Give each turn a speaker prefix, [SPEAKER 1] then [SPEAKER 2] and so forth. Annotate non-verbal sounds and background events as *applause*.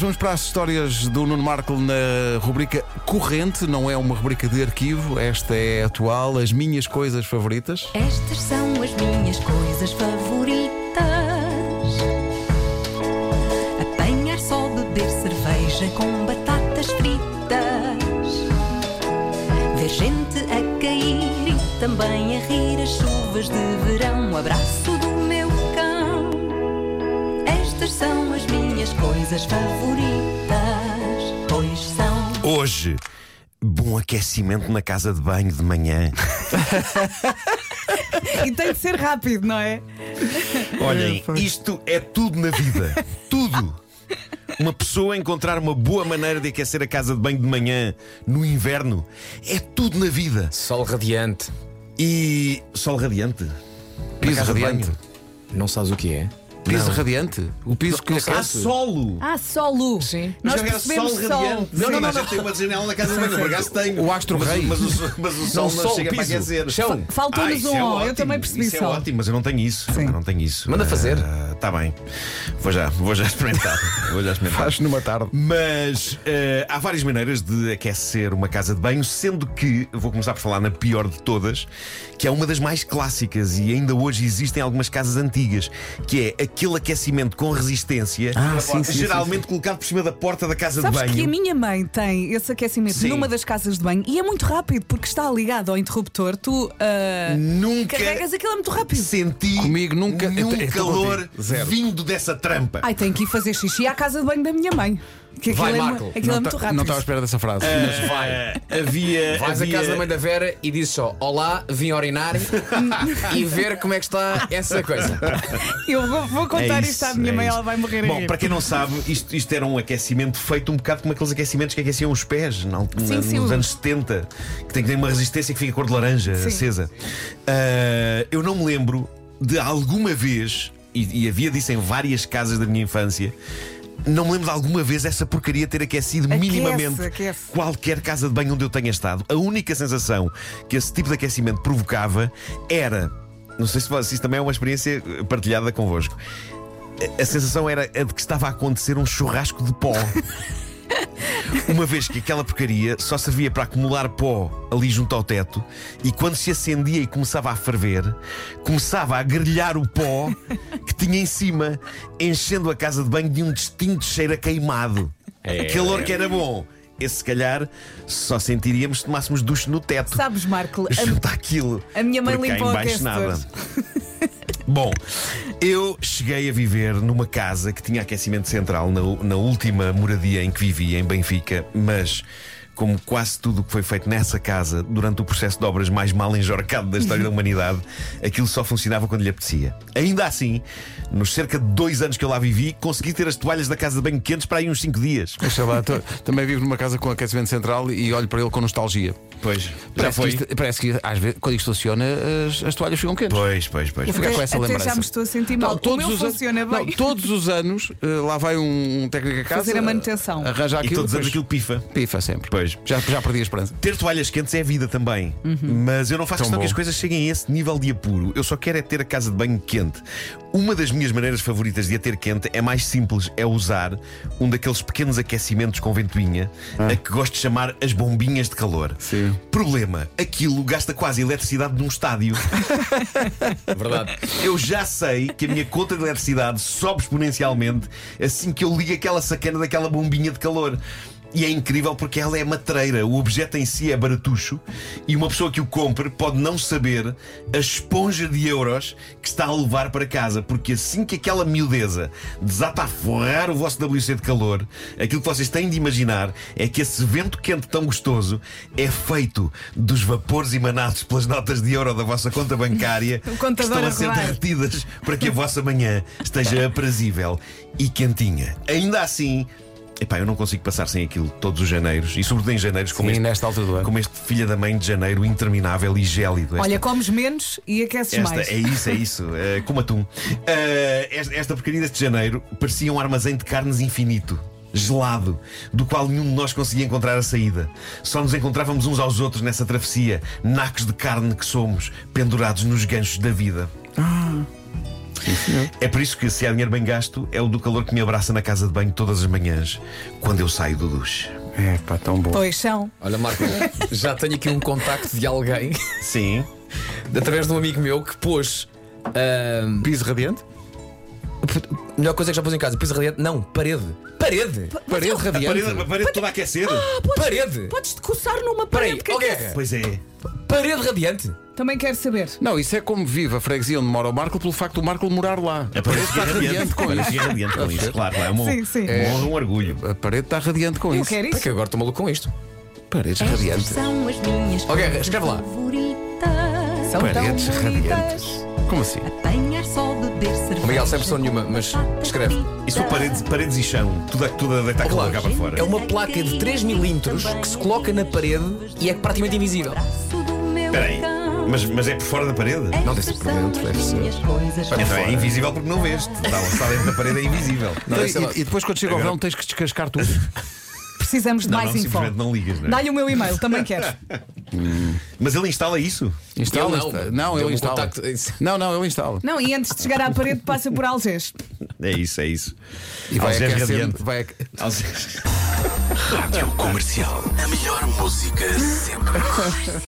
[SPEAKER 1] Vamos para as histórias do Nuno Marco na rubrica corrente, não é uma rubrica de arquivo, esta é atual, as minhas coisas favoritas.
[SPEAKER 2] Estas são as minhas coisas favoritas: apanhar só, beber cerveja com batatas fritas, ver gente a cair e também a rir as chuvas de verão. O abraço do meu cão. Estas são as minhas coisas favoritas, pois são.
[SPEAKER 3] Hoje, bom aquecimento na casa de banho de manhã.
[SPEAKER 4] *laughs* E tem de ser rápido, não é?
[SPEAKER 3] Olhem, isto é tudo na vida. Tudo. Uma pessoa encontrar uma boa maneira de aquecer a casa de banho de manhã no inverno é tudo na vida.
[SPEAKER 5] Sol radiante.
[SPEAKER 3] E sol radiante.
[SPEAKER 1] Piso
[SPEAKER 3] casa de
[SPEAKER 1] radiante.
[SPEAKER 3] banho.
[SPEAKER 5] Não sabes o que é?
[SPEAKER 1] Piso radiante? O piso que
[SPEAKER 3] Há solo!
[SPEAKER 4] Ah, solo.
[SPEAKER 5] Sim.
[SPEAKER 4] Nós
[SPEAKER 3] Mas
[SPEAKER 4] percebemos
[SPEAKER 3] sol um
[SPEAKER 4] sol.
[SPEAKER 3] radiante. Não, não, não, não. Tem uma janela na casa de banho, por acaso tenho.
[SPEAKER 1] O astro
[SPEAKER 3] mas,
[SPEAKER 1] rei.
[SPEAKER 3] Mas o, mas o sol não,
[SPEAKER 5] sol,
[SPEAKER 3] chega para
[SPEAKER 5] piso,
[SPEAKER 3] aquecer.
[SPEAKER 5] chão.
[SPEAKER 4] Faltou-nos
[SPEAKER 3] Ah, isso
[SPEAKER 4] um
[SPEAKER 3] é
[SPEAKER 4] ó, eu
[SPEAKER 3] ótimo,
[SPEAKER 4] também percebi
[SPEAKER 3] isso
[SPEAKER 4] sol.
[SPEAKER 3] é ótimo, mas eu não tenho isso.
[SPEAKER 4] Sim.
[SPEAKER 3] Eu não tenho isso.
[SPEAKER 5] Manda fazer.
[SPEAKER 3] Está bem. Vou já, vou já experimentar. vou já experimentar.
[SPEAKER 1] Faz numa tarde.
[SPEAKER 3] Mas eh, há várias maneiras de aquecer uma casa de banho, sendo que, eu vou começar por falar na pior de todas, que é uma das mais clássicas e ainda hoje existem algumas casas antigas, que é aquele aquecimento com resistência,
[SPEAKER 1] Ah, sim, sim,
[SPEAKER 3] geralmente colocado por cima da porta da casa
[SPEAKER 4] Sabes
[SPEAKER 3] de banho.
[SPEAKER 4] que a minha mãe tem esse aquecimento
[SPEAKER 3] Sim.
[SPEAKER 4] numa das casas de banho e é muito rápido porque está ligado ao interruptor. Tu ah,
[SPEAKER 3] Nunca
[SPEAKER 4] carregas aquilo é muito rápido.
[SPEAKER 3] senti
[SPEAKER 1] Comigo nunca-
[SPEAKER 3] nenhum
[SPEAKER 1] eu tô
[SPEAKER 3] calor
[SPEAKER 1] contigo. Zero.
[SPEAKER 3] vindo dessa trampa.
[SPEAKER 4] Ai, tenho que ir fazer xixi à casa de banho da minha mãe. Que
[SPEAKER 5] Vai,
[SPEAKER 4] aquilo é,
[SPEAKER 5] Marco.
[SPEAKER 4] mu- aquilo é muito rápido.
[SPEAKER 1] Não estava à espera dessa frase.
[SPEAKER 3] É.
[SPEAKER 5] Mas vai.
[SPEAKER 3] Eh, Havia.
[SPEAKER 5] Vais à
[SPEAKER 3] havia-
[SPEAKER 5] casa da mãe da Vera e dizes só: Olá, vim orinar e ver como é que está essa coisa.
[SPEAKER 4] Eu vou, vou
[SPEAKER 3] É
[SPEAKER 4] contar
[SPEAKER 3] isso,
[SPEAKER 4] isto à minha
[SPEAKER 3] é
[SPEAKER 4] mãe,
[SPEAKER 3] isso.
[SPEAKER 4] ela vai morrer a
[SPEAKER 3] Bom,
[SPEAKER 4] rir.
[SPEAKER 3] para quem não sabe, isto, isto era um aquecimento feito um bocado como aqueles aquecimentos que aqueciam os pés na, altura-
[SPEAKER 4] Sim, sim,
[SPEAKER 3] nos
[SPEAKER 4] os-
[SPEAKER 3] anos 70, que tem, tem uma resistência que fica cor de laranja
[SPEAKER 4] Sim.
[SPEAKER 3] acesa. Ah, eu não me lembro de alguma vez, e, e havia disso em várias casas da minha infância. Não me lembro de alguma vez essa porcaria ter aquecido
[SPEAKER 4] Aquece,
[SPEAKER 3] minimamente
[SPEAKER 4] aquece.
[SPEAKER 3] qualquer casa de banho onde eu tenha estado. A única sensação que esse tipo de aquecimento provocava era. Não sei se vo- se isso também é uma experiência partilhada convosco. A- A sensação era a de que estava a acontecer um churrasco de
[SPEAKER 4] *laughs*
[SPEAKER 3] pó. Uma vez que aquela porcaria só servia para acumular pó ali junto ao teto, e quando se acendia e começava a ferver, começava a grelhar o pó que tinha em cima, enchendo a casa de banho de um distinto cheiro a queimado. Calor que era bom. Esse, se calhar, só sentiríamos se tomássemos duche no teto.
[SPEAKER 4] Sabes, Marco, a
[SPEAKER 3] Junta aquilo.
[SPEAKER 4] a minha mãe
[SPEAKER 3] porque cá
[SPEAKER 4] limpou
[SPEAKER 3] em
[SPEAKER 4] o
[SPEAKER 3] baixo
[SPEAKER 4] aquecedor.
[SPEAKER 3] nada. Bom, eu cheguei a viver numa casa que tinha aquecimento central na, u- na última moradia em que vivia, em Benfica, mas como quase tudo o que foi feito nessa casa durante o processo de obras mais mal enjorcado da história da humanidade, aquilo só funcionava quando lhe apetecia. Ainda assim, nos cerca de dois anos que eu lá vivi, consegui ter as toalhas da casa de banho quentes para aí uns cinco dias.
[SPEAKER 1] Deixa lá, tô- também vivo numa casa com aquecimento central e olho para ele com nostalgia.
[SPEAKER 3] Pois, já
[SPEAKER 1] Parece
[SPEAKER 3] foi.
[SPEAKER 1] Que isto- parece que às vezes, quando isto funciona, as, as toalhas ficam quentes.
[SPEAKER 3] Pois, pois, pois.
[SPEAKER 1] Vou ficar com essa
[SPEAKER 4] Até
[SPEAKER 1] lembrança.
[SPEAKER 4] já me estou a sentir mal.
[SPEAKER 1] Não,
[SPEAKER 4] O
[SPEAKER 1] todos
[SPEAKER 4] meu
[SPEAKER 1] os anos-
[SPEAKER 4] funciona bem.
[SPEAKER 1] não, todos os anos eh, lá vai um, um técnico a casa
[SPEAKER 4] Fazer a manutenção.
[SPEAKER 1] Arranja
[SPEAKER 3] E
[SPEAKER 1] aquilo.
[SPEAKER 3] todos os anos
[SPEAKER 1] depois
[SPEAKER 3] aquilo pifa.
[SPEAKER 1] Pifa sempre.
[SPEAKER 3] Pois.
[SPEAKER 1] Já, já perdi a esperança.
[SPEAKER 3] Ter toalhas quentes é vida também, mas eu não faço
[SPEAKER 1] Uhum. Tão
[SPEAKER 3] questão
[SPEAKER 1] bom.
[SPEAKER 3] que as coisas cheguem a esse nível de apuro. Eu só quero é ter a casa de banho quente. Uma das minhas maneiras favoritas de a ter quente é mais simples: é usar um daqueles pequenos aquecimentos com ventoinha, a que gosto de chamar as bombinhas de calor.
[SPEAKER 1] Ah. Sim.
[SPEAKER 3] Problema: aquilo gasta quase a eletricidade de
[SPEAKER 1] *laughs*
[SPEAKER 3] um estádio.
[SPEAKER 5] Verdade.
[SPEAKER 3] Eu já sei que a minha conta de eletricidade sobe exponencialmente assim que eu ligo aquela sacana daquela bombinha de calor. E é incrível porque ela é matreira, o objeto em si é baratucho e uma pessoa que o compre pode não saber a esponja de euros que está a levar para casa, porque assim que aquela miudeza desata a forrar o vosso WC de calor, aquilo que vocês têm de imaginar é que esse vento quente tão gostoso é feito dos vapores emanados pelas notas de euro da vossa conta bancária
[SPEAKER 4] *laughs* O contador
[SPEAKER 3] que estão
[SPEAKER 4] a
[SPEAKER 3] a ser
[SPEAKER 4] rodar.
[SPEAKER 3] derretidas para que a vossa manhã
[SPEAKER 4] *laughs*
[SPEAKER 3] esteja aprazível e quentinha. Ainda assim, epá, eu não consigo passar sem aquilo todos os janeiros e, sobretudo em janeiros, como,
[SPEAKER 1] Sim,
[SPEAKER 3] este,
[SPEAKER 1] nesta altura do ano.
[SPEAKER 3] como este filha da mãe de janeiro interminável e gélido. Esta-
[SPEAKER 4] Olha, comes menos e aqueces
[SPEAKER 3] esta-
[SPEAKER 4] mais.
[SPEAKER 3] é isso, é isso. eh, como atum. Eh, esta, esta porcaria deste janeiro parecia um armazém de carnes infinito. Gelado, do qual nenhum de nós conseguia encontrar a saída. Só nos encontrávamos uns aos outros nessa travessia, nacos de carne que somos, pendurados nos ganchos da vida. É por isso que se há dinheiro bem gasto, é o do calor que me abraça na casa de banho todas as manhãs, quando eu saio do duche.
[SPEAKER 1] É pá, tão bom.
[SPEAKER 4] Pois são.
[SPEAKER 5] Olha, Marco, já tenho aqui um contacto de alguém, *laughs*
[SPEAKER 3] Sim.
[SPEAKER 5] através de um amigo meu, que pôs. ahm,
[SPEAKER 1] Piso radiante?
[SPEAKER 5] melhor coisa que já pôs em casa, piso radiante. Não, parede. Parede! parede
[SPEAKER 3] A
[SPEAKER 5] radiante.
[SPEAKER 3] parede, a parede toda a aquecer?
[SPEAKER 5] Ah, Parede!
[SPEAKER 4] Podes te coçar numa
[SPEAKER 5] Peraí,
[SPEAKER 4] parede que
[SPEAKER 5] ó
[SPEAKER 4] aquece.
[SPEAKER 5] guerra!
[SPEAKER 3] Pois é.
[SPEAKER 5] Parede radiante!
[SPEAKER 4] Também quero saber.
[SPEAKER 1] Não, isso é como vive a freguesia onde mora o Marco pelo facto do Marco morar lá.
[SPEAKER 3] A parede fica radiante com é isso. com
[SPEAKER 1] Está a
[SPEAKER 3] isso.
[SPEAKER 1] ver?
[SPEAKER 3] Claro, é uma,
[SPEAKER 4] Sim, sim.
[SPEAKER 3] uma honra, um orgulho.
[SPEAKER 1] A parede está radiante com
[SPEAKER 4] Eu
[SPEAKER 1] isso.
[SPEAKER 4] quero
[SPEAKER 5] É que
[SPEAKER 4] isso.
[SPEAKER 5] agora estou maluco com isto.
[SPEAKER 1] Paredes
[SPEAKER 2] Estas
[SPEAKER 1] radiantes.
[SPEAKER 2] são as minhas
[SPEAKER 5] Ó, Guerra,
[SPEAKER 2] coisas
[SPEAKER 5] escreve lá.
[SPEAKER 2] favoritas.
[SPEAKER 4] São tão
[SPEAKER 1] Paredes
[SPEAKER 4] bonitas.
[SPEAKER 1] radiantes. Como assim?
[SPEAKER 2] Apanhar só beber cerveja.
[SPEAKER 5] Miguel, sem pressão nenhuma, mas escreve.
[SPEAKER 3] Isso foi paredes, paredes e chão. Tudo a, tudo a deitar calor cá para fora.
[SPEAKER 2] um
[SPEAKER 5] É uma placa de 3 milímetros que se coloca na parede e é praticamente invisível.
[SPEAKER 3] Espera aí. Mas, mas é por fora da parede?
[SPEAKER 5] Não, deve ser por dentro, deve ser.
[SPEAKER 3] Então é invisível porque não vês. Está, está dentro da parede, é invisível.
[SPEAKER 5] Não,
[SPEAKER 1] E-
[SPEAKER 5] essa-
[SPEAKER 1] e, e depois quando chega ao
[SPEAKER 3] Agora-
[SPEAKER 1] verão tens que descascar tudo.
[SPEAKER 4] Precisamos de
[SPEAKER 3] Não,
[SPEAKER 4] mais
[SPEAKER 3] não,
[SPEAKER 4] info.
[SPEAKER 3] simplesmente não ligas, não é?
[SPEAKER 4] Dá-lhe o meu e-mail, também quero.
[SPEAKER 3] Mas ele instala isso?
[SPEAKER 1] Instala.
[SPEAKER 5] Ele não.
[SPEAKER 1] esta- não,
[SPEAKER 5] Deu-me
[SPEAKER 1] ele
[SPEAKER 5] um
[SPEAKER 1] instala.
[SPEAKER 5] contacto. Isso.
[SPEAKER 1] Não, não, ele instala.
[SPEAKER 4] Não, e antes de chegar à parede, passa por Algés.
[SPEAKER 3] É isso, é isso.
[SPEAKER 1] E vai
[SPEAKER 3] Algés
[SPEAKER 1] aquecendo.
[SPEAKER 3] radiante.
[SPEAKER 1] Vai aquecendo.
[SPEAKER 3] Algés-
[SPEAKER 6] Rádio Comercial. A melhor música sempre.